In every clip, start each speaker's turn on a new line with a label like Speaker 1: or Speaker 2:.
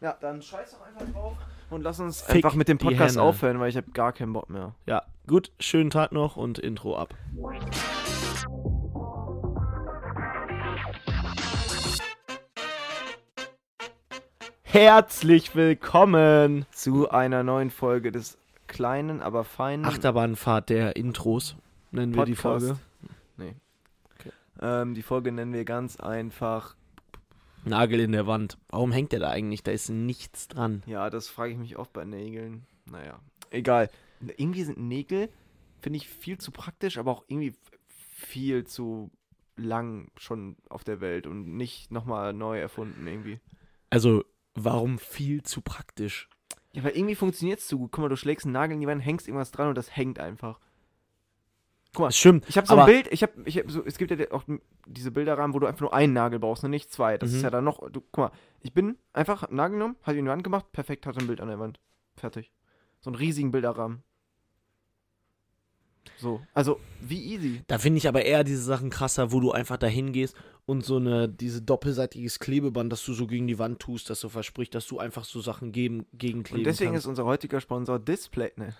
Speaker 1: Ja, dann scheiß doch einfach drauf und lass uns
Speaker 2: Fick
Speaker 1: einfach mit dem
Speaker 2: die
Speaker 1: Podcast
Speaker 2: Henne.
Speaker 1: aufhören, weil ich habe gar keinen Bock mehr.
Speaker 2: Ja, gut, schönen Tag noch und Intro ab. Herzlich willkommen!
Speaker 1: Zu einer neuen Folge des kleinen, aber feinen
Speaker 2: Achterbahnfahrt der Intros nennen wir die
Speaker 1: Podcast.
Speaker 2: Folge.
Speaker 1: Nee. Ähm, die Folge nennen wir ganz einfach.
Speaker 2: Nagel in der Wand. Warum hängt der da eigentlich? Da ist nichts dran.
Speaker 1: Ja, das frage ich mich oft bei Nägeln. Naja, egal. Irgendwie sind Nägel, finde ich, viel zu praktisch, aber auch irgendwie viel zu lang schon auf der Welt und nicht nochmal neu erfunden irgendwie.
Speaker 2: Also, warum viel zu praktisch?
Speaker 1: Ja, aber irgendwie funktioniert es zu gut. Guck mal, du schlägst einen Nagel in die Wand, hängst irgendwas dran und das hängt einfach.
Speaker 2: Das stimmt.
Speaker 1: Ich habe so ein
Speaker 2: aber-
Speaker 1: Bild, ich habe, ich hab so, es gibt ja auch diese Bilderrahmen, wo du einfach nur einen Nagel brauchst und nicht zwei. Das
Speaker 2: Mhm.
Speaker 1: ist ja dann noch, du, guck mal, ich bin einfach hab einen Nagel genommen, hab ihn in die Wand gemacht, perfekt, hatte ein Bild an der Wand. Fertig. So einen riesigen Bilderrahmen. So, also, wie easy.
Speaker 2: Da finde ich aber eher diese Sachen krasser, wo du einfach dahin gehst und so eine, diese doppelseitiges Klebeband, das du so gegen die Wand tust, das so verspricht, dass du einfach so Sachen geben, gegenkleben
Speaker 1: Und deswegen
Speaker 2: kannst.
Speaker 1: ist unser heutiger Sponsor Display, ne,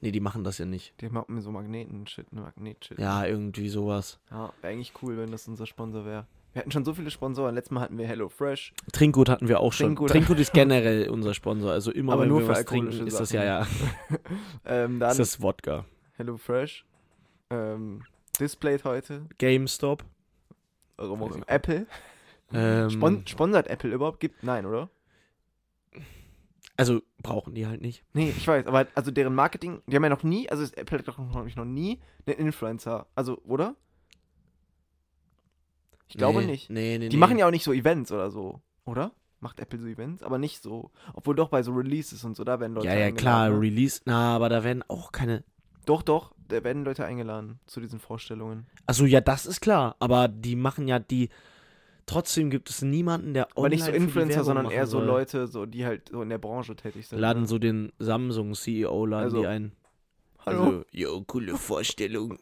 Speaker 2: nee, die machen das ja nicht.
Speaker 1: die machen mir so Magneten-Shit, ne, Magnet-Shit.
Speaker 2: Ja, irgendwie sowas.
Speaker 1: ja wäre eigentlich cool, wenn das unser Sponsor wäre. Wir hatten schon so viele Sponsoren, letztes Mal hatten wir Hello Fresh.
Speaker 2: Trinkgut hatten wir auch schon.
Speaker 1: Trinkgut-
Speaker 2: Trinkgut, ist generell unser Sponsor. Also immer,
Speaker 1: Aber
Speaker 2: wenn
Speaker 1: nur
Speaker 2: wir
Speaker 1: für
Speaker 2: was trinken,
Speaker 1: alkoholische
Speaker 2: ist das ja,
Speaker 1: Sachen.
Speaker 2: ja,
Speaker 1: Ähm,
Speaker 2: ist
Speaker 1: dann
Speaker 2: das Wodka.
Speaker 1: Hello Fresh. Ähm, Displayed heute.
Speaker 2: GameStop.
Speaker 1: Warum
Speaker 2: Weiß
Speaker 1: auch
Speaker 2: ich
Speaker 1: immer. Apple.
Speaker 2: Ähm,
Speaker 1: Spon sponsert Apple überhaupt? Gibt nein, oder?
Speaker 2: also brauchen die halt nicht.
Speaker 1: Nee, ich weiß, aber also deren Marketing, die haben ja noch nie, also ist Apple hat doch noch, ich, noch nie einen Influencer, also, oder? Ich glaube
Speaker 2: nee,
Speaker 1: nicht.
Speaker 2: Nee, nee,
Speaker 1: Die
Speaker 2: nee.
Speaker 1: machen ja auch nicht so Events oder so, oder? Macht Apple so Events, aber nicht so. Obwohl doch bei so Releases und so, da werden Leute
Speaker 2: Ja, ja,
Speaker 1: eingeladen,
Speaker 2: klar,
Speaker 1: ne?
Speaker 2: Release. Na, aber da werden auch keine.
Speaker 1: Doch, doch, da werden Leute eingeladen zu diesen Vorstellungen.
Speaker 2: Also ja, das ist klar, aber die machen ja die. Trotzdem gibt es niemanden, der online
Speaker 1: aber nicht so
Speaker 2: für die
Speaker 1: Influencer,
Speaker 2: Werbung
Speaker 1: sondern
Speaker 2: machen
Speaker 1: eher so
Speaker 2: soll.
Speaker 1: Leute, so, die halt so in der Branche tätig sind. ne?
Speaker 2: Laden so den Samsung CEO laden
Speaker 1: Also,
Speaker 2: die ein.
Speaker 1: Hallo?
Speaker 2: Also, yo, coole Vorstellung.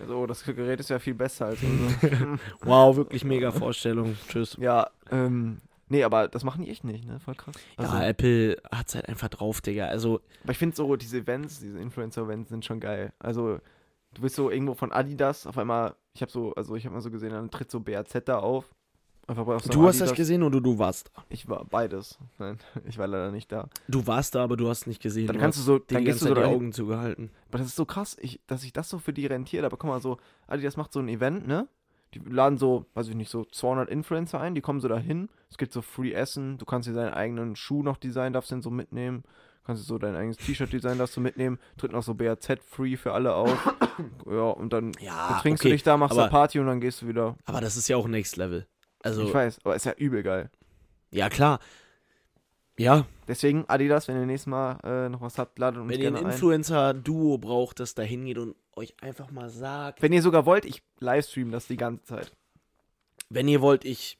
Speaker 1: Also, das Gerät ist ja viel besser als unsere.
Speaker 2: Wow, wirklich mega Vorstellung. Tschüss.
Speaker 1: ja, ähm, nee, aber das machen die echt nicht, ne? Voll krass. Also-
Speaker 2: ja, Apple hat's halt einfach drauf, Digga. Also,
Speaker 1: Aber ich finde so, diese Events, diese Influencer-Events sind schon geil. Also, du bist so irgendwo von Adidas, auf einmal, ich habe so, also ich habe mal so gesehen, dann tritt so BAZ da auf. Einfach bei auf so einem
Speaker 2: du hast das
Speaker 1: Adidas-
Speaker 2: gesehen oder du warst da?
Speaker 1: Ich war beides. Nein, ich war leider nicht da.
Speaker 2: Du warst da, aber du hast nicht gesehen.
Speaker 1: Dann kannst du so, dann
Speaker 2: die
Speaker 1: gehst
Speaker 2: ganze
Speaker 1: du so
Speaker 2: Zeit die
Speaker 1: dahin.
Speaker 2: Augen zugehalten.
Speaker 1: Aber das ist so krass, ich, dass ich das so für die rentiert. Aber guck mal, so, Adidas macht so ein Event, ne? Die laden so, weiß ich nicht, so 200 Influencer ein, die kommen so dahin. Es gibt so Free Essen, du kannst dir deinen eigenen Schuh noch designen, darfst den so mitnehmen. Kannst dir so dein eigenes T-Shirt designen, darfst du mitnehmen. Tritt noch so BAZ Free für alle auf. ja, und dann
Speaker 2: Ja,
Speaker 1: trinkst
Speaker 2: okay,
Speaker 1: du dich da, machst eine
Speaker 2: aber-
Speaker 1: Party und dann gehst du wieder.
Speaker 2: Aber das ist ja auch Next Level. Also,
Speaker 1: Ich weiß, aber ist ja übel geil.
Speaker 2: ja, klar. Ja,
Speaker 1: Deswegen, Adidas, wenn ihr nächstes Mal äh, noch was habt, ladet uns
Speaker 2: wenn ihr ein
Speaker 1: gerne ein.
Speaker 2: Influencer-Duo braucht, das da hingeht und euch einfach mal sagt,
Speaker 1: Wenn ihr sogar wollt, ich livestream das die ganze Zeit.
Speaker 2: wenn ihr wollt, ich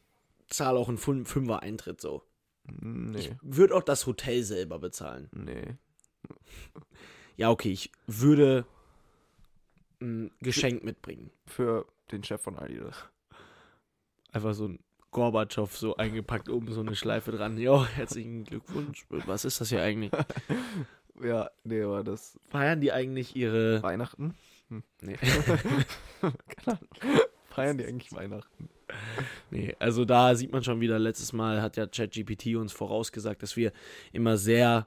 Speaker 2: zahle auch einen Fün- Fünfer-Eintritt so.
Speaker 1: Nee,
Speaker 2: Ich würde auch das Hotel selber bezahlen.
Speaker 1: nee.
Speaker 2: Ja, okay, ich würde ein Geschenk mitbringen.
Speaker 1: Für den Chef von Adidas.
Speaker 2: Einfach so ein Gorbatschow so eingepackt, oben so eine Schleife dran. Ja, herzlichen Glückwunsch. Was ist das hier eigentlich?
Speaker 1: Ja, nee, aber das
Speaker 2: Feiern die eigentlich ihre.
Speaker 1: Weihnachten?
Speaker 2: Nee,
Speaker 1: Feiern die eigentlich Weihnachten?
Speaker 2: nee, also da sieht man schon wieder, letztes Mal hat ja ChatGPT uns vorausgesagt, dass wir immer sehr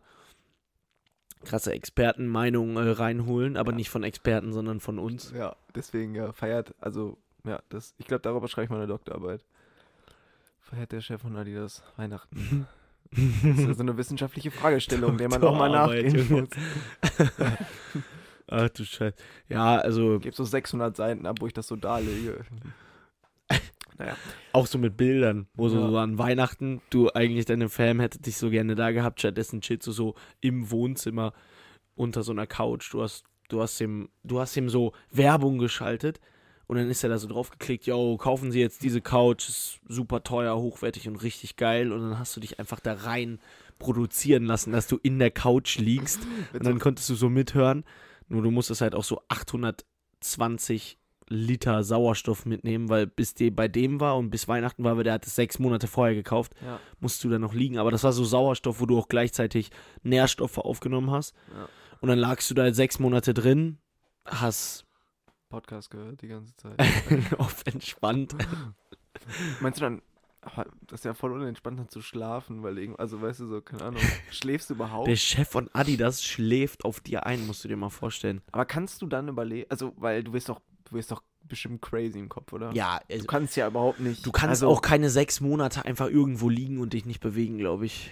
Speaker 2: krasse Expertenmeinungen äh, reinholen, aber nicht von Experten, sondern von uns.
Speaker 1: Ja, deswegen ja, feiert, also ja, das ich glaube, darüber schreibe ich meine Doktorarbeit. Feiert der Chef von Adidas Weihnachten? Das ist so eine wissenschaftliche Fragestellung, der man auch mal
Speaker 2: Doktorarbeit,
Speaker 1: nachgehen
Speaker 2: Junge.
Speaker 1: muss.
Speaker 2: Ach du Scheiße. Ja, also
Speaker 1: Ich gebe so 600 Seiten ab, wo ich das so darlege. Naja,
Speaker 2: Auch so mit Bildern, wo so,
Speaker 1: Ja.
Speaker 2: so an Weihnachten du eigentlich deine Fam hätte dich so gerne da gehabt, stattdessen chillst du so im Wohnzimmer unter so einer Couch. Du hast, du hast ihm, du hast ihm so Werbung geschaltet und dann ist er da so draufgeklickt, yo, kaufen Sie jetzt diese Couch, ist super teuer, hochwertig und richtig geil. Und dann hast du dich einfach da rein produzieren lassen, dass du in der Couch liegst und dann konntest du so mithören. Nur du musstest halt auch so 820 Liter Sauerstoff mitnehmen, weil bis der bei dem war und bis Weihnachten war, weil der hat es sechs Monate vorher gekauft,
Speaker 1: Ja.
Speaker 2: musst du dann noch liegen. Aber das war so Sauerstoff, wo du auch gleichzeitig Nährstoffe aufgenommen hast.
Speaker 1: Ja.
Speaker 2: Und dann lagst du da sechs Monate drin, hast
Speaker 1: Podcast gehört die ganze Zeit.
Speaker 2: auf entspannt.
Speaker 1: Meinst du dann, ah, das ist ja voll unentspannt, dann zu schlafen, weil irgend, also weißt du so, keine Ahnung, schläfst du überhaupt?
Speaker 2: Der Chef von Adidas schläft auf dir ein, musst du dir mal vorstellen.
Speaker 1: Aber kannst du dann überlegen, also weil du wirst doch, du wirst doch bestimmt crazy im Kopf, oder?
Speaker 2: Ja,
Speaker 1: Du
Speaker 2: also,
Speaker 1: kannst ja überhaupt nicht.
Speaker 2: du kannst
Speaker 1: also,
Speaker 2: auch keine sechs Monate einfach irgendwo liegen und dich nicht bewegen, glaube ich.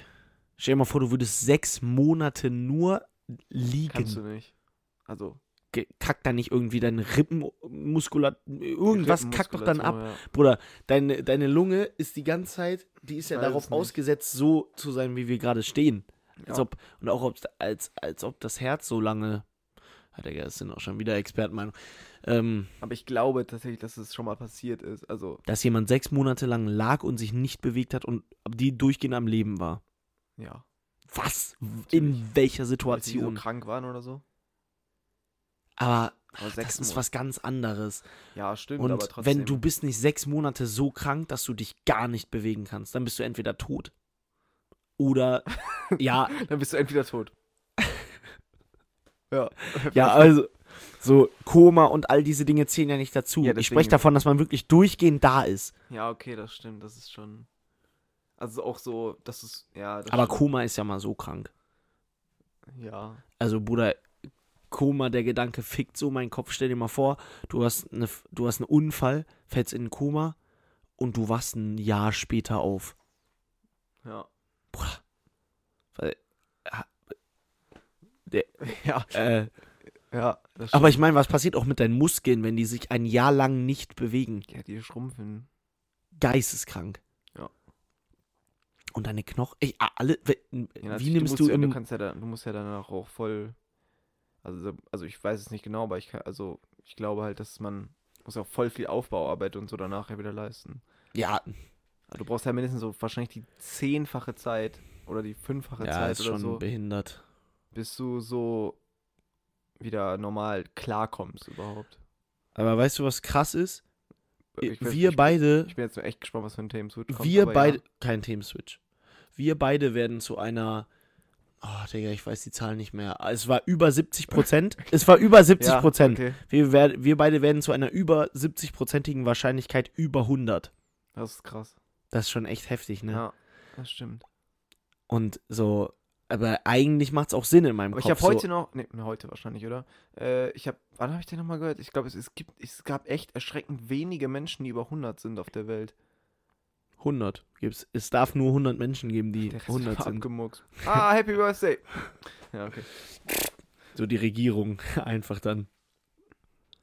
Speaker 2: Stell dir mal vor, du würdest sechs Monate nur liegen.
Speaker 1: Kannst du nicht. Also
Speaker 2: Ge- kackt da nicht irgendwie deine Rippenmuskulatur, irgendwas kackt doch dann ab.
Speaker 1: Rippenmuskulatur,
Speaker 2: Bruder, deine, deine Lunge ist die ganze Zeit, die ist ja
Speaker 1: Ich weiß es
Speaker 2: darauf
Speaker 1: nicht.
Speaker 2: ausgesetzt, so zu sein, wie wir gerade stehen. Als
Speaker 1: Ja.
Speaker 2: ob, und auch ob's- als, als ob das Herz so lange. Ah, Digga, das sind auch schon wieder Expertenmeinung. Ähm,
Speaker 1: Ja. Aber ich glaube tatsächlich, dass es schon mal passiert ist. Also
Speaker 2: dass jemand sechs Monate lang lag und sich nicht bewegt hat und die durchgehend am Leben war.
Speaker 1: ja,
Speaker 2: Was? In welcher
Speaker 1: weil sie so
Speaker 2: Situation?
Speaker 1: krank waren oder so.
Speaker 2: Aber
Speaker 1: Aber
Speaker 2: das
Speaker 1: sechs
Speaker 2: ist
Speaker 1: Monate.
Speaker 2: was ganz anderes.
Speaker 1: Ja, stimmt.
Speaker 2: Und
Speaker 1: aber trotzdem.
Speaker 2: wenn du bist nicht sechs Monate so krank, dass du dich gar nicht bewegen kannst, dann bist du entweder tot oder ja,
Speaker 1: dann bist du entweder tot. ja.
Speaker 2: ja, also so Koma und all diese Dinge zählen ja nicht dazu.
Speaker 1: Ja,
Speaker 2: ich
Speaker 1: deswegen.
Speaker 2: spreche davon, dass man wirklich durchgehend da ist.
Speaker 1: Ja, okay, das stimmt. Das ist schon. Also auch so, das ist ja. Das
Speaker 2: Aber
Speaker 1: stimmt.
Speaker 2: Koma ist ja mal so krank.
Speaker 1: Ja.
Speaker 2: Also Bruder, Koma, der Gedanke fickt so meinen Kopf. Stell dir mal vor, du hast eine, du hast einen Unfall, fällst in ein Koma und du wachst ein Jahr später auf.
Speaker 1: Ja.
Speaker 2: Bruder. Weil, ha- der,
Speaker 1: Ja.
Speaker 2: äh,
Speaker 1: Ja. Das
Speaker 2: aber ich meine, was passiert auch mit deinen Muskeln, wenn die sich ein Jahr lang nicht bewegen?
Speaker 1: stimmt. ja, die schrumpfen.
Speaker 2: Geisteskrank.
Speaker 1: Ja.
Speaker 2: Und deine Knochen, ey, ah, alle, we-
Speaker 1: Ja,
Speaker 2: wie
Speaker 1: natürlich,
Speaker 2: nimmst
Speaker 1: musst
Speaker 2: du,
Speaker 1: ja, du
Speaker 2: im,
Speaker 1: kannst ja dann, du musst ja danach auch voll. Also, so- also ich weiß es nicht genau, aber ich kann, also ich glaube halt, dass man muss ja auch voll viel Aufbauarbeit und so danach ja wieder leisten.
Speaker 2: ja,
Speaker 1: Also du brauchst ja mindestens so wahrscheinlich die zehnfache Zeit oder die fünffache
Speaker 2: ja,
Speaker 1: Zeit
Speaker 2: ist
Speaker 1: halt oder
Speaker 2: schon
Speaker 1: so,
Speaker 2: behindert.
Speaker 1: bis du so wieder normal klarkommst überhaupt.
Speaker 2: Aber weißt du, was krass ist?
Speaker 1: Ich weiß-
Speaker 2: wir
Speaker 1: ich,
Speaker 2: beide,
Speaker 1: Ich bin jetzt echt gespannt, was für ein Themen-Switch kommt.
Speaker 2: wir
Speaker 1: aber
Speaker 2: beide, kein Themen-Switch. Wir beide werden zu einer, oh Digga, ich weiß die Zahl nicht mehr. Es war über 70 Prozent. es war über 70
Speaker 1: Ja,
Speaker 2: Prozent.
Speaker 1: Okay.
Speaker 2: Wir, wer, wir beide werden zu einer über 70-prozentigen Wahrscheinlichkeit über 100.
Speaker 1: Das ist krass.
Speaker 2: Das ist schon echt heftig, ne?
Speaker 1: Ja, das stimmt.
Speaker 2: Und so, aber eigentlich macht es auch Sinn in meinem
Speaker 1: Aber
Speaker 2: Kopf.
Speaker 1: ich habe heute
Speaker 2: so,
Speaker 1: noch, nee, nee, heute wahrscheinlich, oder? Äh, ich habe, wann habe ich den nochmal gehört? Ich glaube, es, es gibt, es gab echt erschreckend wenige Menschen, die über 100 sind auf der Welt.
Speaker 2: 100 gibt's. Es darf nur 100 Menschen geben, die
Speaker 1: Der Rest
Speaker 2: 100
Speaker 1: war
Speaker 2: sind.
Speaker 1: abgemuckst. Ah, Happy Birthday. Ja, okay.
Speaker 2: So die Regierung einfach dann.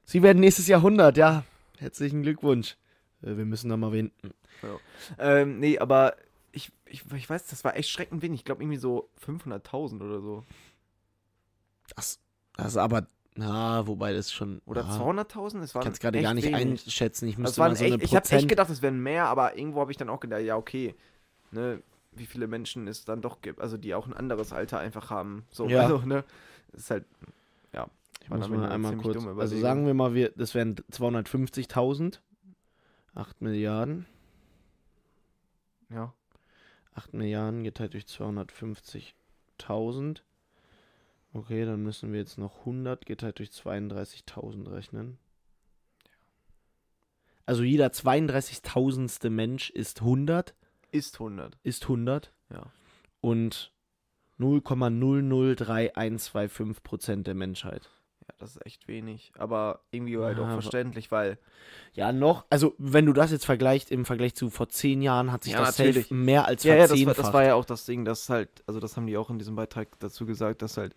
Speaker 2: Sie werden nächstes Jahr 100, ja. Herzlichen Glückwunsch. Äh, Wir müssen da mal wen.
Speaker 1: Ähm, nee, aber ich, ich, ich weiß, das war echt schreckend wenig. Ich glaube irgendwie so 500.000 oder so.
Speaker 2: Das, das ist aber. Na, wobei das schon.
Speaker 1: Oder
Speaker 2: ah,
Speaker 1: 200.000? Es
Speaker 2: Ich
Speaker 1: waren
Speaker 2: kann es gerade gar
Speaker 1: echt
Speaker 2: nicht
Speaker 1: wenig.
Speaker 2: einschätzen. Ich
Speaker 1: Also es
Speaker 2: müsste mal
Speaker 1: waren
Speaker 2: so
Speaker 1: echt,
Speaker 2: eine
Speaker 1: ich habe echt
Speaker 2: Prozent.
Speaker 1: gedacht, es wären mehr, aber irgendwo habe ich dann auch gedacht, ja, okay, ne, wie viele Menschen es dann doch gibt, also die auch ein anderes Alter einfach haben. So,
Speaker 2: Ja.
Speaker 1: also, ne, ist halt, ja.
Speaker 2: Ich muss
Speaker 1: damit
Speaker 2: mal
Speaker 1: eine
Speaker 2: einmal
Speaker 1: ziemlich
Speaker 2: kurz.
Speaker 1: dumme
Speaker 2: Also
Speaker 1: Überlegung.
Speaker 2: sagen wir mal, wir, das wären 250.000. 8 Milliarden.
Speaker 1: Ja,
Speaker 2: 8 Milliarden geteilt durch 250.000. Okay, dann müssen wir jetzt noch 100 geteilt durch 32.000 rechnen. Also jeder 32.000. Mensch ist 100,
Speaker 1: ist 100.
Speaker 2: ist 100
Speaker 1: Ja.
Speaker 2: und 0,003125% der Menschheit.
Speaker 1: Ja, das ist echt wenig, aber irgendwie halt
Speaker 2: Ja,
Speaker 1: auch
Speaker 2: aber-
Speaker 1: verständlich, weil,
Speaker 2: Ja, noch. Also, wenn du das jetzt vergleichst, im Vergleich zu vor zehn Jahren hat sich
Speaker 1: Ja,
Speaker 2: das
Speaker 1: natürlich.
Speaker 2: safe mehr als
Speaker 1: ja, ja, das war,
Speaker 2: verzehnfacht.
Speaker 1: das war ja auch das Ding, dass halt, also das haben die auch in diesem Beitrag dazu gesagt, dass halt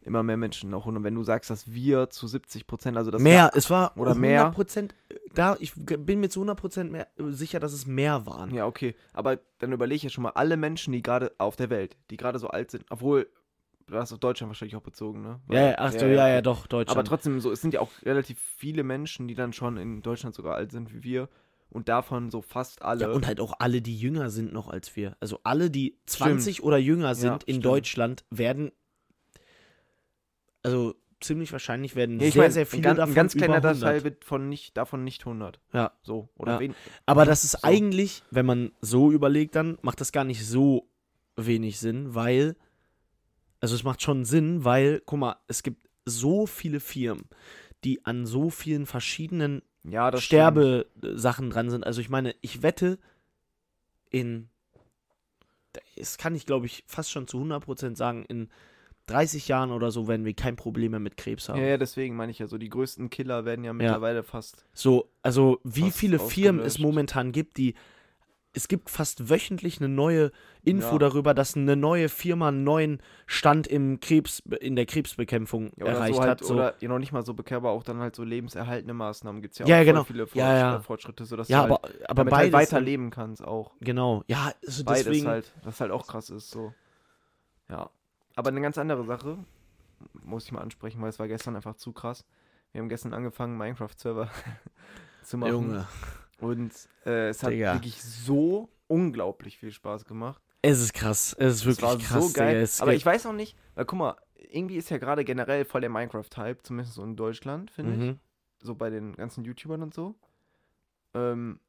Speaker 1: immer mehr Menschen auch, und wenn du sagst, dass wir zu 70 Prozent, also das
Speaker 2: mehr, es war
Speaker 1: oder mehr.
Speaker 2: 100%, da, ich g- bin mir zu 100% mehr, äh, sicher, dass es mehr waren.
Speaker 1: Ja, okay. Aber dann überlege ich ja schon mal alle Menschen, die gerade auf der Welt, die gerade so alt sind, obwohl, das ist auf Deutschland wahrscheinlich auch bezogen, ne?
Speaker 2: Ja, ja, ach so, ja, ja,
Speaker 1: okay.
Speaker 2: doch, Deutschland.
Speaker 1: Aber trotzdem, so, es sind ja auch relativ viele Menschen, die dann schon in Deutschland sogar alt sind wie wir. Und davon so fast alle.
Speaker 2: ja, und halt auch alle, die jünger sind noch als wir. Also alle, die 20 oder jünger sind in
Speaker 1: stimmt.
Speaker 2: Deutschland, werden, also ziemlich wahrscheinlich werden
Speaker 1: Ja, ich
Speaker 2: sehr,
Speaker 1: meine,
Speaker 2: sehr viele
Speaker 1: ein, ganz,
Speaker 2: davon
Speaker 1: ein ganz
Speaker 2: über
Speaker 1: kleiner
Speaker 2: 100.
Speaker 1: Teil wird von nicht, davon nicht 100.
Speaker 2: Ja.
Speaker 1: So. Oder
Speaker 2: Ja.
Speaker 1: wen,
Speaker 2: Aber das ist
Speaker 1: So.
Speaker 2: eigentlich, wenn man so überlegt, dann macht das gar nicht so wenig Sinn, weil, also es macht schon Sinn, weil, guck mal, es gibt so viele Firmen, die an so vielen verschiedenen
Speaker 1: ja, das stimmt.
Speaker 2: Sterbesachen dran sind. Also ich meine, ich wette in, das kann ich glaube ich fast schon zu 100% sagen, in 30 Jahren oder so werden wir kein Problem mehr mit Krebs haben.
Speaker 1: Ja, ja, deswegen meine ich ja so, die größten Killer werden ja mittlerweile fast.
Speaker 2: So, also wie
Speaker 1: Fast
Speaker 2: viele Firmen es
Speaker 1: ausgelöscht. momentan
Speaker 2: momentan gibt, die es gibt fast wöchentlich eine neue Info
Speaker 1: Ja.
Speaker 2: darüber, dass eine neue Firma einen neuen Stand im Krebs in der Krebsbekämpfung
Speaker 1: Ja,
Speaker 2: erreicht
Speaker 1: so halt,
Speaker 2: hat. So.
Speaker 1: Oder ja, noch nicht mal so bekehrt, aber auch dann halt so lebenserhaltende Maßnahmen gibt es ja auch
Speaker 2: Ja, ja,
Speaker 1: voll
Speaker 2: genau.
Speaker 1: viele Fortsch
Speaker 2: Ja, ja.
Speaker 1: Fortschritte, sodass
Speaker 2: ja,
Speaker 1: du halt
Speaker 2: aber, aber
Speaker 1: damit halt
Speaker 2: beides
Speaker 1: weiterleben kannst auch.
Speaker 2: Genau. Ja, also
Speaker 1: Beides
Speaker 2: deswegen
Speaker 1: halt, was halt auch krass ist, so. Ja. Aber eine ganz andere Sache, muss ich mal ansprechen, weil es war gestern einfach zu krass. Wir haben gestern angefangen, Minecraft-Server zu machen.
Speaker 2: Junge,
Speaker 1: Und äh, es hat
Speaker 2: Digga.
Speaker 1: wirklich so unglaublich viel Spaß gemacht.
Speaker 2: es ist krass. Es ist
Speaker 1: Es
Speaker 2: wirklich
Speaker 1: war
Speaker 2: krass.
Speaker 1: so geil.
Speaker 2: Digga. Es
Speaker 1: aber
Speaker 2: gibt-
Speaker 1: ich weiß noch nicht, weil guck mal, irgendwie ist ja gerade generell voll der Minecraft-Hype, zumindest so in Deutschland, finde ich.
Speaker 2: mhm.
Speaker 1: So bei den ganzen YouTubern und so. Ähm,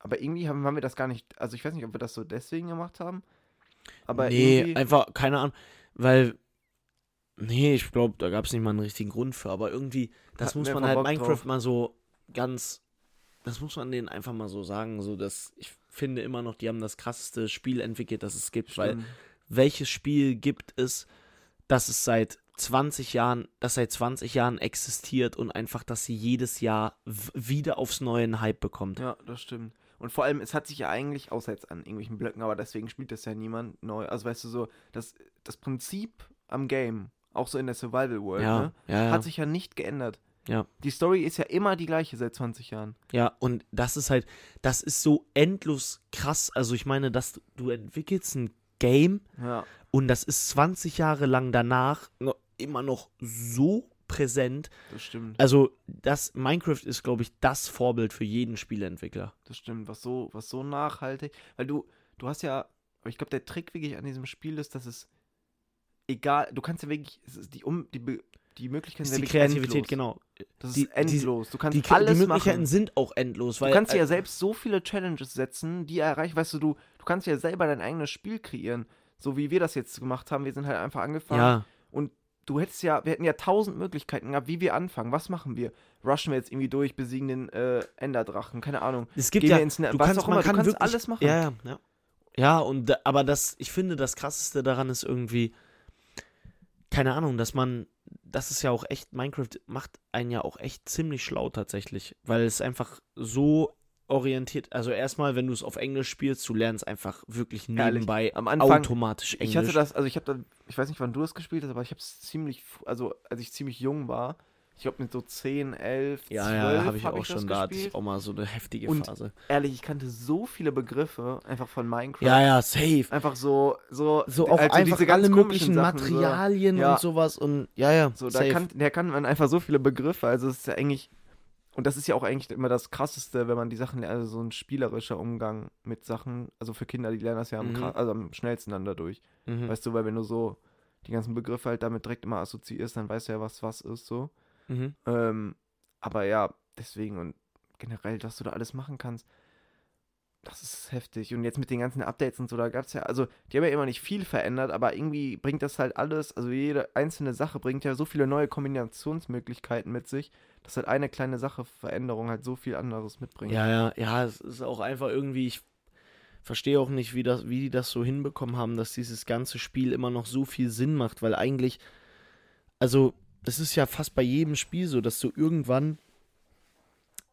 Speaker 1: aber irgendwie haben, haben wir das gar nicht, also ich weiß nicht, ob wir das so deswegen gemacht haben. Aber
Speaker 2: nee,
Speaker 1: irgendwie,
Speaker 2: einfach keine Ahnung, weil nee, ich glaube, da gab es nicht mal einen richtigen Grund für, aber irgendwie das
Speaker 1: Hatten
Speaker 2: muss
Speaker 1: wir
Speaker 2: man
Speaker 1: einfach
Speaker 2: halt
Speaker 1: Bock
Speaker 2: Minecraft
Speaker 1: drauf.
Speaker 2: mal so ganz das muss man denen einfach mal so sagen, so dass ich finde immer noch, die haben das krasseste Spiel entwickelt, das es gibt, weil
Speaker 1: stimmt.
Speaker 2: welches Spiel gibt es, das es seit 20 Jahren, das seit 20 Jahren existiert und einfach, dass sie jedes Jahr w- wieder aufs neue einen Hype bekommt.
Speaker 1: Ja, das stimmt. Und vor allem, es hat sich ja eigentlich, außer jetzt an irgendwelchen Blöcken, aber deswegen spielt das ja niemand neu. Also weißt du so, das, das Prinzip am Game, auch so in der Survival World, ne?
Speaker 2: ja, ja, ja.
Speaker 1: hat sich ja nicht geändert.
Speaker 2: Ja.
Speaker 1: Die Story ist ja immer die gleiche seit 20 Jahren.
Speaker 2: Ja, und das ist halt, das ist so endlos krass. Also ich meine, dass du- du entwickelst ein Game
Speaker 1: Ja.
Speaker 2: und das ist 20 Jahre lang danach noch immer noch so präsent.
Speaker 1: Das stimmt.
Speaker 2: Also das Minecraft ist, glaube ich, das Vorbild für jeden Spieleentwickler.
Speaker 1: Das stimmt. Was so, was so nachhaltig. Weil du, du hast ja, aber ich glaube, der Trick wirklich an diesem Spiel ist, dass es egal, du kannst ja wirklich, es ist die, um, die, Be- die Möglichkeiten
Speaker 2: Ist
Speaker 1: sind
Speaker 2: die
Speaker 1: wirklich
Speaker 2: Kreativität,
Speaker 1: endlos.
Speaker 2: genau.
Speaker 1: Das
Speaker 2: Die-
Speaker 1: ist endlos. Du kannst
Speaker 2: Die, Kre-
Speaker 1: alles
Speaker 2: die Möglichkeiten
Speaker 1: machen.
Speaker 2: sind auch endlos, weil
Speaker 1: Du kannst dir
Speaker 2: äh,
Speaker 1: ja selbst so viele Challenges setzen, die erreichen, weißt du, du, du kannst dir ja selber dein eigenes Spiel kreieren. So wie wir das jetzt gemacht haben, wir sind halt einfach angefangen.
Speaker 2: ja,
Speaker 1: Du hättest ja, wir hätten ja tausend Möglichkeiten gehabt, wie wir anfangen. Was machen wir? Rushen wir jetzt irgendwie durch, besiegen den äh, Enderdrachen, keine Ahnung.
Speaker 2: es gibt
Speaker 1: Gehen
Speaker 2: ja
Speaker 1: wir ins Netz,
Speaker 2: du
Speaker 1: was
Speaker 2: kannst,
Speaker 1: auch immer,
Speaker 2: man
Speaker 1: du
Speaker 2: kann
Speaker 1: kannst
Speaker 2: wirklich,
Speaker 1: alles machen.
Speaker 2: Ja, ja, ja. Ja, und da- aber das, ich finde, das krasseste daran ist irgendwie, keine Ahnung, dass man, das ist ja auch echt, Minecraft macht einen ja auch echt ziemlich schlau tatsächlich, weil es einfach so orientiert, also erstmal, wenn du es auf Englisch spielst, du lernst einfach wirklich
Speaker 1: Ehrlich,
Speaker 2: nebenbei
Speaker 1: am Anfang-
Speaker 2: automatisch Englisch.
Speaker 1: Ich hatte das, also ich habe dann, ich weiß nicht, wann du das gespielt hast, aber ich habe es ziemlich, fr- also als ich ziemlich jung war, ich glaube mit so 10, 11,
Speaker 2: ja,
Speaker 1: 12
Speaker 2: ja, habe ich
Speaker 1: hab
Speaker 2: auch
Speaker 1: das
Speaker 2: schon, da hatte
Speaker 1: gespielt.
Speaker 2: ich auch mal so eine heftige
Speaker 1: Und-
Speaker 2: Phase.
Speaker 1: Ehrlich, ich kannte so viele Begriffe einfach von Minecraft.
Speaker 2: Ja, ja, safe.
Speaker 1: Einfach so, so,
Speaker 2: So auch
Speaker 1: also
Speaker 2: einfach
Speaker 1: diese ganz
Speaker 2: alle
Speaker 1: komischen
Speaker 2: möglichen
Speaker 1: Sachen, so.
Speaker 2: Materialien
Speaker 1: Ja.
Speaker 2: und sowas und, ja, ja,
Speaker 1: So, da, kann, da kann man einfach so viele Begriffe. Also es ist ja eigentlich, und das ist ja auch eigentlich immer das Krasseste, wenn man die Sachen lernt, also so ein spielerischer Umgang mit Sachen, also für Kinder, die lernen das ja am,
Speaker 2: Mhm.
Speaker 1: kra- also am schnellsten dann dadurch.
Speaker 2: mhm.
Speaker 1: Weißt du, weil wenn du so die ganzen Begriffe halt damit direkt immer assoziierst, dann weißt du ja, was was ist so.
Speaker 2: mhm.
Speaker 1: Ähm, aber ja, deswegen und generell, dass du da alles machen kannst, das ist heftig. Und jetzt mit den ganzen Updates und so, da gab es ja, also die haben ja immer nicht viel verändert, aber irgendwie bringt das halt alles, also jede einzelne Sache bringt ja so viele neue Kombinationsmöglichkeiten mit sich, dass halt eine kleine Sache Veränderung halt so viel anderes mitbringt.
Speaker 2: Ja, ja, ja, es ist auch einfach irgendwie, ich verstehe auch nicht, wie, das, wie die das so hinbekommen haben, dass dieses ganze Spiel immer noch so viel Sinn macht, weil eigentlich, also, es ist ja fast bei jedem Spiel so, dass du irgendwann,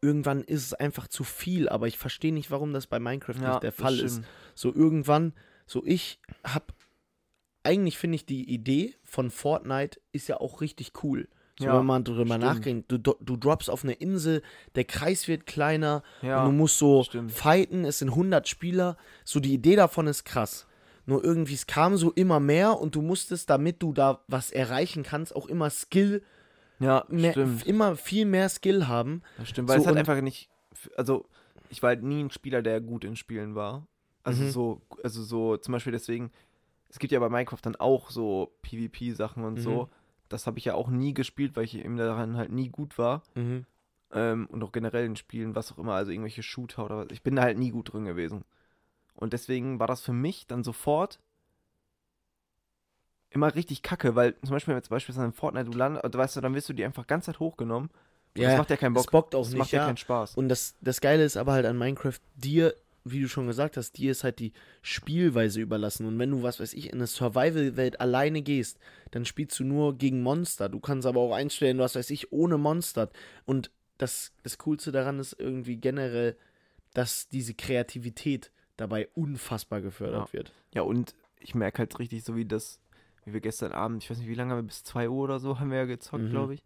Speaker 2: irgendwann ist es einfach zu viel, aber ich verstehe nicht, warum das bei Minecraft nicht der
Speaker 1: das
Speaker 2: Fall ist.
Speaker 1: stimmt.
Speaker 2: So irgendwann, so ich hab, eigentlich finde ich die Idee von Fortnite ist ja auch richtig cool. So,
Speaker 1: Ja,
Speaker 2: wenn man drüber
Speaker 1: stimmt.
Speaker 2: nachdenkt, du, do- du droppst auf eine Insel, der Kreis wird kleiner,
Speaker 1: Ja,
Speaker 2: und du musst so
Speaker 1: stimmt.
Speaker 2: fighten, es sind 100 Spieler, so die Idee davon ist krass. Nur irgendwie, es kam so immer mehr und du musstest, damit du da was erreichen kannst, auch immer Skill,
Speaker 1: ja
Speaker 2: mehr,
Speaker 1: stimmt.
Speaker 2: immer viel mehr Skill haben.
Speaker 1: Das stimmt, weil
Speaker 2: So,
Speaker 1: es halt
Speaker 2: und-
Speaker 1: einfach nicht. Also, ich war halt nie ein Spieler, der gut in Spielen war. Also
Speaker 2: Mhm.
Speaker 1: so,
Speaker 2: Mhm.
Speaker 1: also so, zum Beispiel deswegen, es gibt ja bei Minecraft dann auch so PvP-Sachen und so. das habe ich ja auch nie gespielt, weil ich eben daran halt nie gut war.
Speaker 2: Mhm.
Speaker 1: Ähm, und auch generell in Spielen, was auch immer, also irgendwelche Shooter oder was. Ich bin da halt nie gut drin gewesen. Und deswegen war das für mich dann sofort immer richtig kacke, weil zum Beispiel, wenn zum Beispiel in Fortnite du landest, also, weißt du, dann wirst du die einfach ganz Zeit hochgenommen. Und
Speaker 2: Ja,
Speaker 1: das macht ja keinen
Speaker 2: das
Speaker 1: Bock.
Speaker 2: bockt auch
Speaker 1: das
Speaker 2: nicht,
Speaker 1: macht ja,
Speaker 2: ja.
Speaker 1: keinen Spaß.
Speaker 2: Und das, das Geile ist aber halt an Minecraft, dir, wie du schon gesagt hast, dir ist halt die Spielweise überlassen. Und wenn du, was weiß ich, in eine Survival-Welt alleine gehst, dann spielst du nur gegen Monster. Du kannst aber auch einstellen, was weiß ich, ohne Monster. Und das, das Coolste daran ist irgendwie generell, dass diese Kreativität dabei unfassbar gefördert
Speaker 1: Ja.
Speaker 2: wird.
Speaker 1: Ja, und ich merke halt richtig, so wie das, wie wir gestern Abend, ich weiß nicht, wie lange haben wir, bis 2 Uhr oder so haben wir ja gezockt,
Speaker 2: Mhm.
Speaker 1: glaube ich.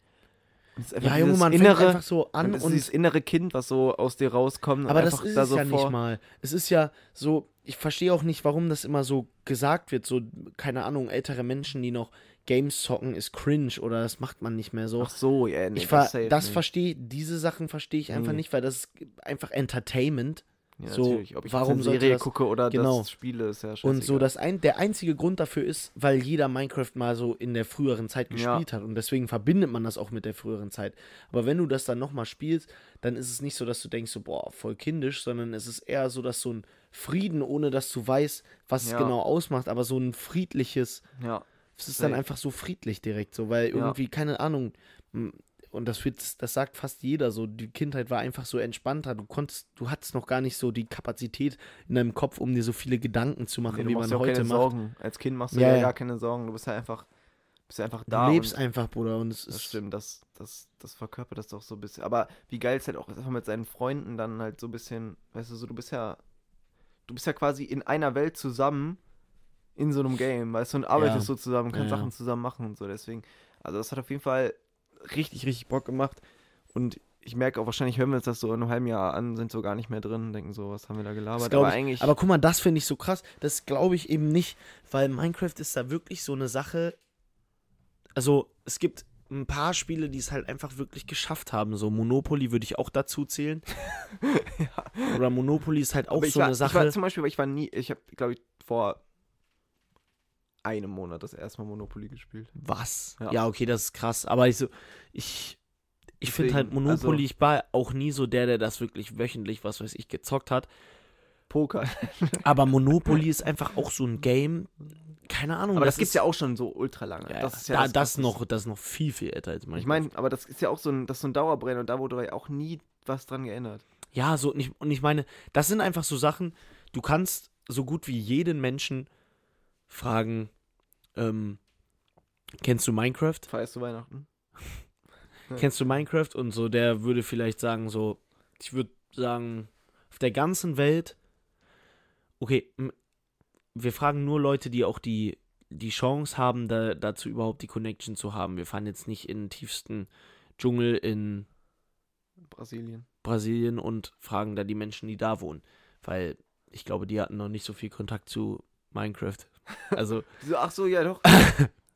Speaker 1: Und es ist einfach
Speaker 2: Ja,
Speaker 1: dieses
Speaker 2: Junge, man fängt
Speaker 1: innere,
Speaker 2: einfach so an
Speaker 1: das ist
Speaker 2: und
Speaker 1: dieses innere Kind, was so aus dir rauskommt. und
Speaker 2: Aber das
Speaker 1: einfach
Speaker 2: ist
Speaker 1: da
Speaker 2: es
Speaker 1: so
Speaker 2: ja
Speaker 1: vor,
Speaker 2: nicht mal. Es ist ja so, ich verstehe auch nicht, warum das immer so gesagt wird. So, keine Ahnung, ältere Menschen, die noch Games zocken, ist cringe oder das macht man nicht mehr so.
Speaker 1: Ach so, ja, nee,
Speaker 2: ich ver
Speaker 1: safe
Speaker 2: das
Speaker 1: nicht.
Speaker 2: verstehe, diese Sachen verstehe ich einfach
Speaker 1: Nee.
Speaker 2: nicht, weil das ist einfach Entertainment.
Speaker 1: Ja,
Speaker 2: so,
Speaker 1: natürlich. Ob ich
Speaker 2: warum
Speaker 1: warum jetzt eine
Speaker 2: sollte
Speaker 1: Serie
Speaker 2: das-
Speaker 1: gucke oder
Speaker 2: genau.
Speaker 1: das spiele, ist ja
Speaker 2: Und
Speaker 1: scheißegal.
Speaker 2: so, dass ein, der einzige Grund dafür ist, weil jeder Minecraft mal so in der früheren Zeit
Speaker 1: Ja.
Speaker 2: gespielt hat. Und deswegen verbindet man das auch mit der früheren Zeit. Aber wenn du das dann nochmal spielst, dann ist es nicht so, dass du denkst, so, boah, voll kindisch, sondern es ist eher so, dass so ein Frieden, ohne dass du weißt, was
Speaker 1: Ja.
Speaker 2: es genau ausmacht, aber so ein friedliches,
Speaker 1: Ja,
Speaker 2: es ist dann
Speaker 1: Safe.
Speaker 2: einfach so friedlich direkt so, weil
Speaker 1: Ja.
Speaker 2: irgendwie, keine Ahnung, m, und das wird, das sagt fast jeder so, die Kindheit war einfach so entspannter, du konntest, du hattest noch gar nicht so die Kapazität in deinem Kopf, um dir so viele Gedanken zu machen,
Speaker 1: nee, du
Speaker 2: wie
Speaker 1: machst
Speaker 2: man
Speaker 1: ja auch
Speaker 2: heute
Speaker 1: keine
Speaker 2: macht.
Speaker 1: Sorgen. Als Kind machst du
Speaker 2: Ja,
Speaker 1: ja,
Speaker 2: ja.
Speaker 1: gar keine Sorgen. Du bist ja einfach, bist ja einfach
Speaker 2: Du
Speaker 1: da.
Speaker 2: lebst
Speaker 1: und
Speaker 2: einfach, Bruder, und es
Speaker 1: das
Speaker 2: ist
Speaker 1: stimmt, das, das, das verkörpert das doch so ein bisschen. Aber wie geil ist halt auch einfach mit seinen Freunden dann halt so ein bisschen, weißt du, so du bist ja, du bist ja quasi in einer Welt zusammen in so einem Game, weißt du, und arbeitest so zusammen, kannst
Speaker 2: Ja, ja.
Speaker 1: Sachen zusammen machen und so. Deswegen, also das hat auf jeden Fall richtig, richtig Bock gemacht. Und ich merke auch, wahrscheinlich hören wir uns das so in einem halben Jahr an, sind so gar nicht mehr drin, denken so, was haben wir da
Speaker 2: Das
Speaker 1: gelabert.
Speaker 2: glaub
Speaker 1: Aber
Speaker 2: ich,
Speaker 1: eigentlich,
Speaker 2: aber guck mal, das finde ich so krass. Das glaube ich eben nicht, weil Minecraft ist da wirklich so eine Sache. Also, es gibt ein paar Spiele, die es halt einfach wirklich geschafft haben. So Monopoly würde ich auch dazu zählen. Oder Monopoly ist halt auch
Speaker 1: aber ich
Speaker 2: so
Speaker 1: war,
Speaker 2: eine
Speaker 1: Ich war
Speaker 2: Sache.
Speaker 1: zum Beispiel, aber ich war nie, ich habe, glaube ich, vor einem Monat das erste Mal Monopoly gespielt.
Speaker 2: Was?
Speaker 1: Ja.
Speaker 2: Ja. okay, das ist krass. Aber ich so, ich, ich finde halt
Speaker 1: Deswegen, also-
Speaker 2: Monopoly, ich war auch nie so der, der das wirklich wöchentlich, was weiß ich, gezockt hat.
Speaker 1: Poker.
Speaker 2: Aber Monopoly ist einfach auch so ein Game. Keine Ahnung.
Speaker 1: Aber das, gibt's
Speaker 2: ist-
Speaker 1: ja auch schon so ultra lange.
Speaker 2: Ja,
Speaker 1: das ist ja
Speaker 2: da, das,
Speaker 1: Krasse.
Speaker 2: noch, das ist noch viel, viel älter als Minecraft.
Speaker 1: Ich meine, aber das ist ja auch so ein, das ist so ein Dauerbrenner und da wurde ja auch nie was dran geändert.
Speaker 2: ja, so, und ich, und ich meine, das sind einfach so Sachen, du kannst so gut wie jeden Menschen fragen, ähm, kennst du Minecraft?
Speaker 1: Feierst du Weihnachten? Ja.
Speaker 2: Kennst du Minecraft? Und so, der würde vielleicht sagen, so, ich würde sagen, auf der ganzen Welt, okay, m- wir fragen nur Leute, die auch die, die Chance haben, da, dazu überhaupt die Connection zu haben. Wir fahren jetzt nicht in den tiefsten Dschungel in
Speaker 1: Brasilien.
Speaker 2: Brasilien und fragen da die Menschen, die da wohnen. Weil ich glaube, die hatten noch nicht so viel Kontakt zu Minecraft. Also,
Speaker 1: Die So, ach so, ja doch.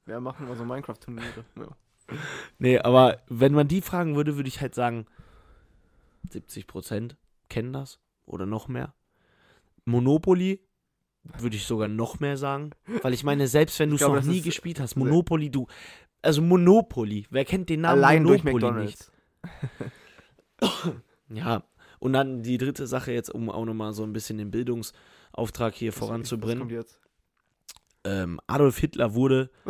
Speaker 1: Wir machen mal so Minecraft-Turniere. Ja.
Speaker 2: nee, aber wenn man die fragen würde, würde ich halt sagen, 70 Prozent kennen das oder noch mehr. Monopoly würde ich sogar noch mehr sagen, weil ich meine, selbst wenn du
Speaker 1: Ich
Speaker 2: es
Speaker 1: glaube,
Speaker 2: noch
Speaker 1: das
Speaker 2: nie
Speaker 1: ist-
Speaker 2: gespielt hast, Monopoly, du, also Monopoly, wer kennt den Namen
Speaker 1: Allein durch
Speaker 2: Monopoly
Speaker 1: McDonalds.
Speaker 2: nicht? Ja, und dann die dritte Sache jetzt, um auch nochmal so ein bisschen den Bildungsauftrag hier
Speaker 1: Was-
Speaker 2: voranzubringen.
Speaker 1: Was kommt jetzt?
Speaker 2: ähm, Adolf Hitler wurde,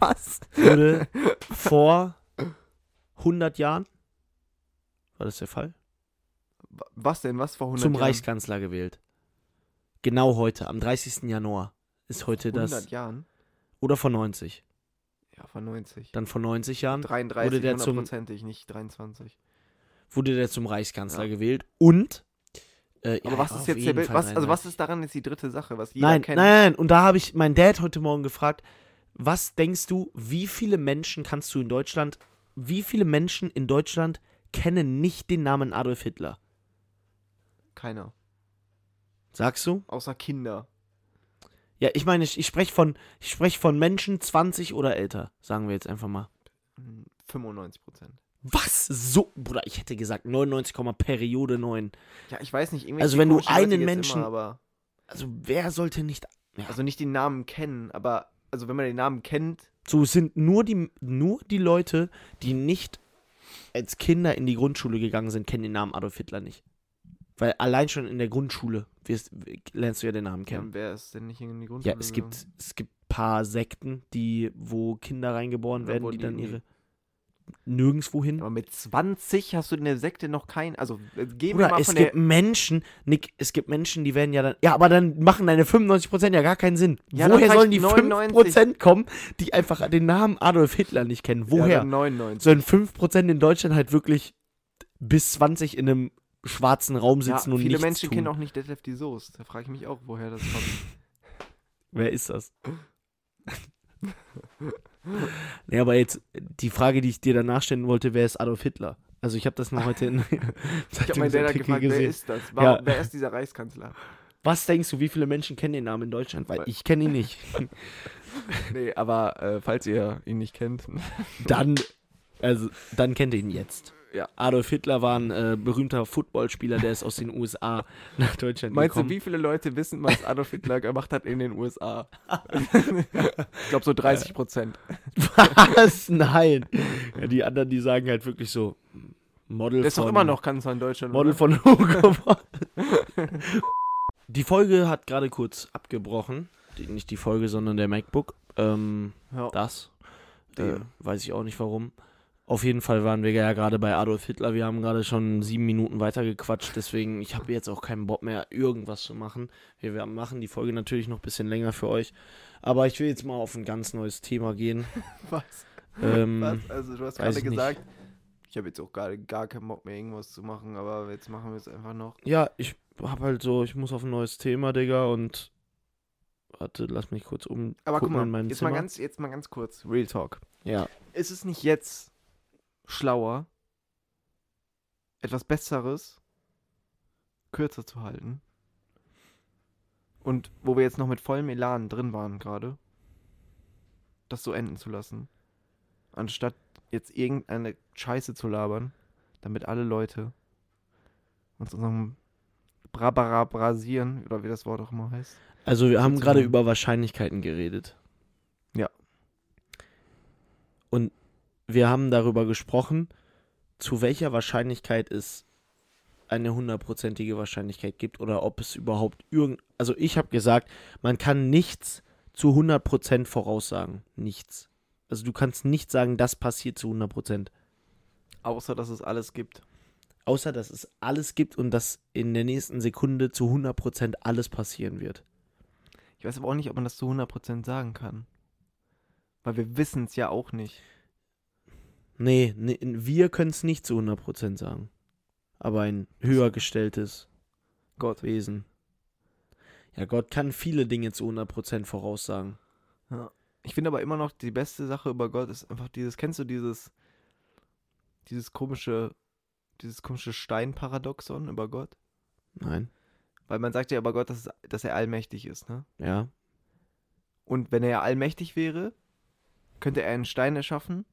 Speaker 1: Was?
Speaker 2: wurde vor 100 Jahren, war das der Fall,
Speaker 1: Wa- Was denn? Was vor 100
Speaker 2: zum
Speaker 1: Jahren?
Speaker 2: Reichskanzler gewählt. Genau heute, am 30. Januar ist heute
Speaker 1: 100
Speaker 2: das.
Speaker 1: Jahren?
Speaker 2: Oder vor 90.
Speaker 1: Ja, vor 90.
Speaker 2: Dann vor 90 Jahren
Speaker 1: 33,
Speaker 2: wurde der zum-
Speaker 1: hundertprozentig, nicht 23.
Speaker 2: wurde der zum Reichskanzler
Speaker 1: Ja.
Speaker 2: gewählt und. Äh,
Speaker 1: Aber
Speaker 2: ja,
Speaker 1: was
Speaker 2: auf
Speaker 1: ist jetzt der
Speaker 2: jeden
Speaker 1: Bild?
Speaker 2: Fall
Speaker 1: Was, also
Speaker 2: 33.
Speaker 1: was ist daran jetzt die dritte Sache, was jeder
Speaker 2: Nein, nein,
Speaker 1: kennt?
Speaker 2: nein, und da habe ich meinen Dad heute Morgen gefragt, was denkst du, wie viele Menschen kannst du in Deutschland, wie viele Menschen in Deutschland kennen nicht den Namen Adolf Hitler?
Speaker 1: Keiner.
Speaker 2: Sagst du?
Speaker 1: Außer Kinder.
Speaker 2: Ja, ich meine, ich, ich spreche von, ich sprech von Menschen 20 oder älter, sagen wir jetzt einfach mal.
Speaker 1: Hm, 95 Prozent.
Speaker 2: Was? So, Bruder, ich hätte gesagt 99, Komma Periode 9.
Speaker 1: Ja, ich weiß nicht. irgendwelche
Speaker 2: Also wenn du
Speaker 1: komischen Leute
Speaker 2: einen
Speaker 1: jetzt
Speaker 2: Menschen-
Speaker 1: Immer, aber,
Speaker 2: Also wer sollte nicht... Ja.
Speaker 1: also nicht den Namen kennen, aber also wenn man den Namen kennt,
Speaker 2: So, es sind nur die, nur die Leute, die nicht als Kinder in die Grundschule gegangen sind, kennen den Namen Adolf Hitler nicht. Weil allein schon in der Grundschule wirst, lernst du ja den Namen kennen.
Speaker 1: dann wäre es denn nicht in die Grundschule.
Speaker 2: Ja, es
Speaker 1: gegangen.
Speaker 2: gibt, es gibt paar Sekten, die, wo Kinder reingeboren
Speaker 1: Ja,
Speaker 2: werden,
Speaker 1: wo
Speaker 2: die
Speaker 1: die
Speaker 2: dann ihre
Speaker 1: irgendwie-
Speaker 2: nirgendwo hin.
Speaker 1: Aber mit 20 hast du in der Sekte noch kein. Also äh, gehen wir
Speaker 2: Oder
Speaker 1: mal
Speaker 2: es
Speaker 1: von
Speaker 2: gibt
Speaker 1: der.
Speaker 2: Menschen, Nick, es gibt Menschen, die werden ja dann. Ja, aber dann machen deine 95% ja gar keinen Sinn.
Speaker 1: Ja, dann
Speaker 2: Woher
Speaker 1: reicht
Speaker 2: sollen die
Speaker 1: 99?
Speaker 2: 5% kommen, die einfach den Namen Adolf Hitler nicht kennen?
Speaker 1: Ja,
Speaker 2: Woher?
Speaker 1: dann 99.
Speaker 2: sollen 5% in Deutschland halt wirklich bis 20 in einem schwarzen Raum
Speaker 1: Ja,
Speaker 2: sitzen und
Speaker 1: viele
Speaker 2: nichts
Speaker 1: Menschen
Speaker 2: tun.
Speaker 1: kennen auch nicht Detlef die Soße. Da frage ich mich auch, woher das kommt.
Speaker 2: Wer ist das? nee, aber jetzt die Frage, die ich dir danach stellen wollte, wer ist Adolf Hitler? Also ich habe das noch heute in
Speaker 1: Ich habe meinen Dad
Speaker 2: Zeitungsartikel
Speaker 1: gefragt, wer
Speaker 2: gesehen.
Speaker 1: ist das? Warum,
Speaker 2: Ja.
Speaker 1: Wer ist dieser Reichskanzler?
Speaker 2: Was denkst du, wie viele Menschen kennen den Namen in Deutschland? Weil ich kenne ihn nicht.
Speaker 1: Nee, aber äh, falls ihr ihn nicht kennt.
Speaker 2: dann, also, dann kennt ihr ihn jetzt.
Speaker 1: Ja.
Speaker 2: Adolf Hitler war ein äh, berühmter Footballspieler, der ist aus den USA nach Deutschland
Speaker 1: Meinst du,
Speaker 2: gekommen.
Speaker 1: wie viele Leute wissen, was Adolf Hitler gemacht hat in den USA? ich glaube so 30 Prozent.
Speaker 2: Äh, Was? Nein. Ja, die anderen, die sagen halt wirklich so, Model
Speaker 1: Der ist doch
Speaker 2: von-
Speaker 1: immer noch Kanzler in Deutschland.
Speaker 2: Model
Speaker 1: oder?
Speaker 2: von Hugo Boss. Die Folge hat gerade kurz abgebrochen. Die, nicht die Folge, sondern der MacBook. Ähm,
Speaker 1: Ja.
Speaker 2: Das. Äh,
Speaker 1: Dem.
Speaker 2: weiß ich auch nicht warum. Auf jeden Fall waren wir ja gerade bei Adolf Hitler. Wir haben gerade schon sieben Minuten weitergequatscht. Deswegen, ich habe jetzt auch keinen Bock mehr, irgendwas zu machen. Wir, wir machen die Folge natürlich noch ein bisschen länger für euch. Aber ich will jetzt mal auf ein ganz neues Thema gehen.
Speaker 1: Was?
Speaker 2: Ähm,
Speaker 1: was? Also du hast
Speaker 2: weiß
Speaker 1: gerade
Speaker 2: ich nicht.
Speaker 1: gesagt, ich habe jetzt auch gerade gar keinen Bock mehr irgendwas zu machen, aber jetzt machen wir es einfach noch.
Speaker 2: Ja, ich hab halt so, ich muss auf ein neues Thema, Digga, und. Warte, lass mich kurz um.
Speaker 1: Aber guck
Speaker 2: gucken in
Speaker 1: mal,
Speaker 2: meinem
Speaker 1: jetzt
Speaker 2: Zimmer.
Speaker 1: mal, ganz, jetzt mal ganz kurz, Real Talk.
Speaker 2: Ja.
Speaker 1: Ist es nicht jetzt schlauer, etwas Besseres kürzer zu halten? Und wo wir jetzt noch mit vollem Elan drin waren gerade, das so enden zu lassen. Anstatt jetzt irgendeine Scheiße zu labern, damit alle Leute uns unserem Brabarabrasieren, oder wie das Wort auch immer heißt.
Speaker 2: Also, wir haben
Speaker 1: Jetzt
Speaker 2: gerade
Speaker 1: mal.
Speaker 2: über Wahrscheinlichkeiten geredet.
Speaker 1: Ja.
Speaker 2: Und wir haben darüber gesprochen, zu welcher Wahrscheinlichkeit es eine hundertprozentige Wahrscheinlichkeit gibt oder ob es überhaupt irgend. Also, ich habe gesagt, man kann nichts zu 100% voraussagen. Nichts. Also, du kannst nicht sagen, das passiert zu 100%.
Speaker 1: Außer, dass es alles gibt.
Speaker 2: Außer, dass es alles gibt und dass in der nächsten Sekunde zu 100% alles passieren wird.
Speaker 1: Ich weiß aber auch nicht, ob man das zu 100% sagen kann. Weil wir wissen es ja auch nicht.
Speaker 2: Nee, nee wir können es nicht zu 100% sagen. Aber ein höher gestelltes
Speaker 1: Gott.
Speaker 2: Wesen. Ja, Gott kann viele Dinge zu 100% voraussagen.
Speaker 1: Ich finde aber immer noch, die beste Sache über Gott ist einfach dieses, kennst du dieses, dieses komische, dieses komische Steinparadoxon über Gott?
Speaker 2: Nein.
Speaker 1: Weil man sagt ja über Gott, dass, es, dass er allmächtig ist, ne?
Speaker 2: Ja.
Speaker 1: Und wenn er ja allmächtig wäre, könnte er einen Stein erschaffen,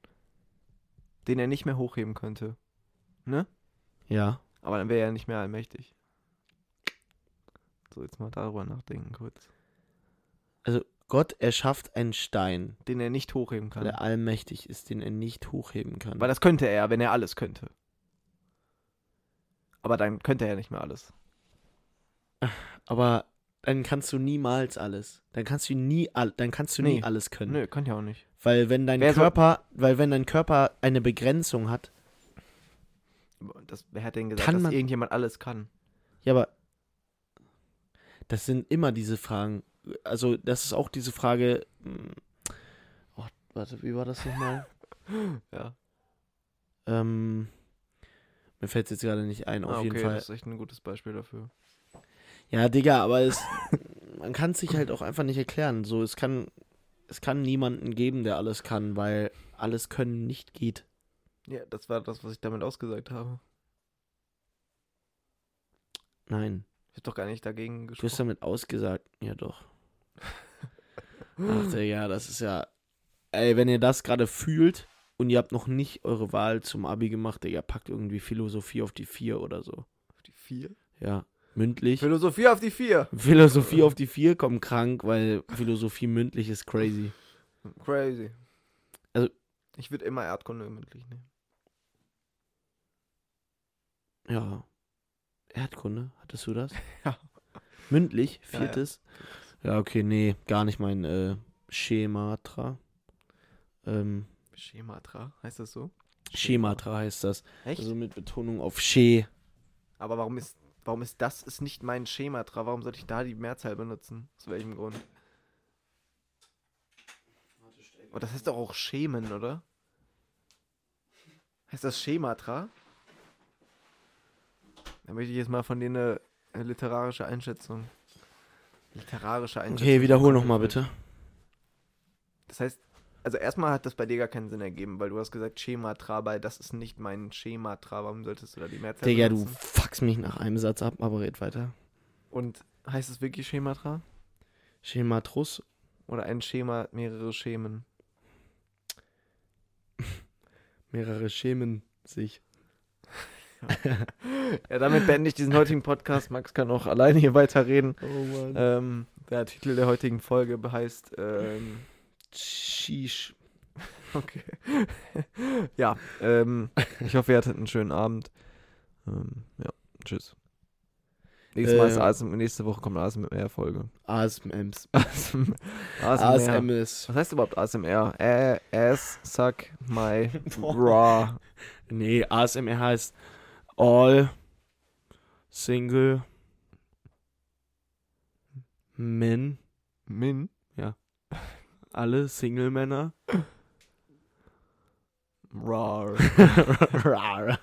Speaker 1: den er nicht mehr hochheben könnte.
Speaker 2: Ja.
Speaker 1: Aber dann wäre er nicht mehr allmächtig. So, jetzt mal darüber nachdenken kurz.
Speaker 2: Gott erschafft einen Stein,
Speaker 1: Den er nicht hochheben kann.
Speaker 2: weil er allmächtig ist, den er nicht hochheben kann.
Speaker 1: Weil das könnte er, wenn er alles könnte. Aber dann könnte er nicht mehr alles.
Speaker 2: Aber dann kannst du niemals alles. Dann kannst du nie, all, dann kannst du nie
Speaker 1: Nee.
Speaker 2: alles können.
Speaker 1: Nö, kann ja auch nicht.
Speaker 2: Weil wenn dein
Speaker 1: Wer soll-
Speaker 2: Körper, weil wenn dein Körper eine Begrenzung hat,
Speaker 1: Aber Das, wer hat denn gesagt,
Speaker 2: Kann
Speaker 1: dass
Speaker 2: man-
Speaker 1: irgendjemand alles kann?
Speaker 2: ja, aber das sind immer diese Fragen. Also das ist auch diese Frage. mm, Oh, warte, wie war das nochmal?
Speaker 1: Ja.
Speaker 2: ähm, mir fällt es jetzt gerade nicht ein. Auf
Speaker 1: ah, okay,
Speaker 2: jeden Fall.
Speaker 1: das ist echt ein gutes Beispiel dafür.
Speaker 2: Ja, Digga, aber es, man kann es sich halt auch einfach nicht erklären. So, es kann, es kann niemanden geben, der alles kann, weil alles können nicht geht.
Speaker 1: Ja, das war das, was ich damit ausgesagt habe.
Speaker 2: Nein.
Speaker 1: Ich hab doch gar nicht dagegen
Speaker 2: Du hast
Speaker 1: gesprochen.
Speaker 2: damit ausgesagt. Ja, doch. Ach, Digga, das ist ja. Ey, wenn ihr das gerade fühlt und ihr habt noch nicht eure Wahl zum Abi gemacht, Digga, packt irgendwie Philosophie auf die vier oder so.
Speaker 1: Auf die vier?
Speaker 2: Ja, mündlich.
Speaker 1: Philosophie auf die vier!
Speaker 2: Philosophie auf die vier kommt krank, weil Philosophie mündlich ist crazy.
Speaker 1: Crazy.
Speaker 2: Also-
Speaker 1: Ich würde immer Erdkunde mündlich nehmen.
Speaker 2: Ja. Erdkunde, hattest du das?
Speaker 1: Ja.
Speaker 2: Mündlich,
Speaker 1: Ja, ja.
Speaker 2: viertes. Ja, okay, nee, gar nicht mein äh, Schematra. Ähm,
Speaker 1: Schematra, heißt das so?
Speaker 2: Schematra heißt das.
Speaker 1: Echt?
Speaker 2: Also mit Betonung auf She.
Speaker 1: Aber warum ist, warum ist das ist nicht mein Schematra? Warum sollte ich da die Mehrzahl benutzen? Aus welchem Grund? Oh, das heißt doch auch Schemen, oder? Heißt das Schematra? Da möchte ich jetzt mal von denen eine eine literarische Einschätzung. Literarische Einschätzung.
Speaker 2: Okay, wiederhol nochmal
Speaker 1: Komplett falsch.
Speaker 2: bitte.
Speaker 1: Das heißt, also erstmal hat das bei dir gar keinen Sinn ergeben, weil du hast gesagt Schematra, bei das ist nicht mein Schematra. Warum solltest du da die Mehrzahl
Speaker 2: Digga, du
Speaker 1: benutzen?
Speaker 2: fuckst mich nach einem Satz ab, aber red weiter.
Speaker 1: Und heißt es wirklich Schematra?
Speaker 2: Schematrus.
Speaker 1: Oder ein Schema, mehrere Schemen.
Speaker 2: Mehrere schämen sich.
Speaker 1: Ja, damit beende ich diesen heutigen Podcast. Max kann auch alleine hier weiterreden.
Speaker 2: Oh Mann. Äh,
Speaker 1: Ähm, der Titel der heutigen Folge heißt, ähm,
Speaker 2: Sheesh.
Speaker 1: okay. ja, ähm, ich hoffe, ihr hattet einen schönen Abend. Ähm, ja, tschüss. Nächstes Mal ist
Speaker 2: Ähm.
Speaker 1: ASM, nächste Woche kommt ASMR-Folge.
Speaker 2: ASMs.
Speaker 1: ASMR. ASMR.
Speaker 2: ASMS.
Speaker 1: Was heißt überhaupt ASMR? Äh, ass, suck, my, raw.
Speaker 2: Nee, ASMR heißt All Single Men.
Speaker 1: Min.
Speaker 2: Alle Single Männer.
Speaker 1: Raw.
Speaker 2: rar.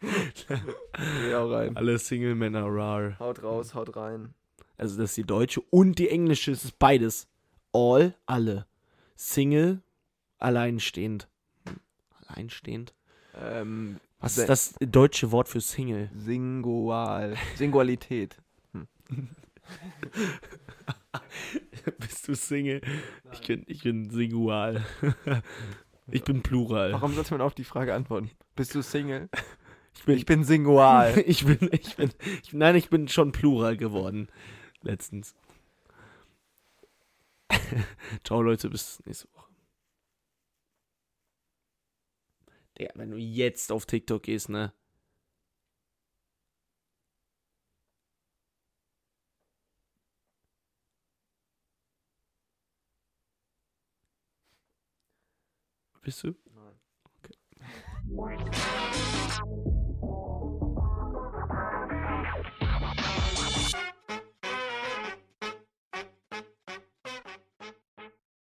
Speaker 1: Geh auch rein.
Speaker 2: Alle Single Männer rar.
Speaker 1: Haut raus, haut rein.
Speaker 2: Also das ist die deutsche und die englische, es ist beides. All, alle. Single, alleinstehend. Alleinstehend?
Speaker 1: Ähm,
Speaker 2: Was ist das deutsche Wort für Single?
Speaker 1: Singual. Singualität.
Speaker 2: Bist du Single? Ich bin, ich bin Singual. ich bin Plural.
Speaker 1: Warum sollte man auf die Frage antworten? Bist du Single?
Speaker 2: Ich bin,
Speaker 1: Ich bin Singual.
Speaker 2: ich bin, ich bin, ich, nein, ich bin schon plural geworden. Letztens. Ciao, Leute, bis nächste Woche. Digga, wenn du jetzt auf TikTok gehst, ne? Bist du?